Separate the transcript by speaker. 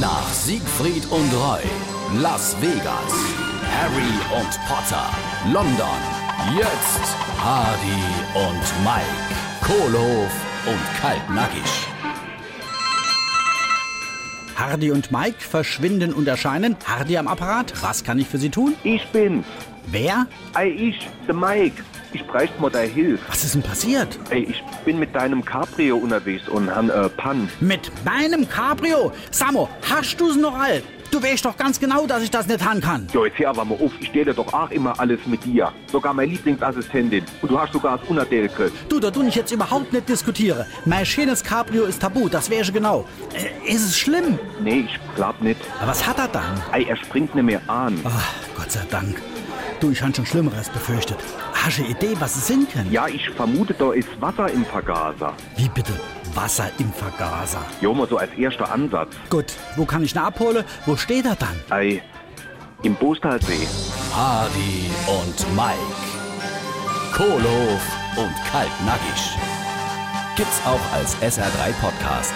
Speaker 1: Nach Siegfried und Roy, Las Vegas, Harry und Potter, London, jetzt Hardy und Mike, Kohlehof und Kaltnackig.
Speaker 2: Hardy und Mike verschwinden und erscheinen. Hardy am Apparat. Was kann ich für Sie tun?
Speaker 3: Ich bin's.
Speaker 2: Wer?
Speaker 3: Ei, ich, der Mike. Ich bräuchte mal deine Hilfe.
Speaker 2: Was ist denn passiert?
Speaker 3: Ey, ich bin mit deinem Cabrio unterwegs und han äh, Pan.
Speaker 2: Mit meinem Cabrio? Samo, hast du's noch all? Du weißt doch ganz genau, dass ich das nicht haben kann.
Speaker 3: Jo, jetzt hör aber mal auf. Ich stelle doch auch immer alles mit dir. Sogar meine Lieblingsassistentin. Und du hast sogar das Unterteil gekriegt.
Speaker 2: Du, da tun ich jetzt überhaupt nicht diskutiere. Mein schönes Cabrio ist tabu, das wäre genau. Äh, ist es schlimm?
Speaker 3: Nee, ich glaub nicht.
Speaker 2: Aber was hat er dann?
Speaker 3: Ei, er springt nicht mehr an.
Speaker 2: Ach, Gott sei Dank. Du, ich habe schon Schlimmeres befürchtet. Hast du eine Idee, was es sind kann?
Speaker 3: Ja, ich vermute, da ist Wasser im Vergaser.
Speaker 2: Wie bitte? Wasser im Vergaser.
Speaker 3: Jo, mal so als erster Ansatz.
Speaker 2: Gut, wo kann ich ihn abholen? Wo steht er dann?
Speaker 3: Ei, im Bostalsee.
Speaker 1: Hardy und Mike, Kohlehof und Kaltnackig. Gibt's auch als SR3 Podcast.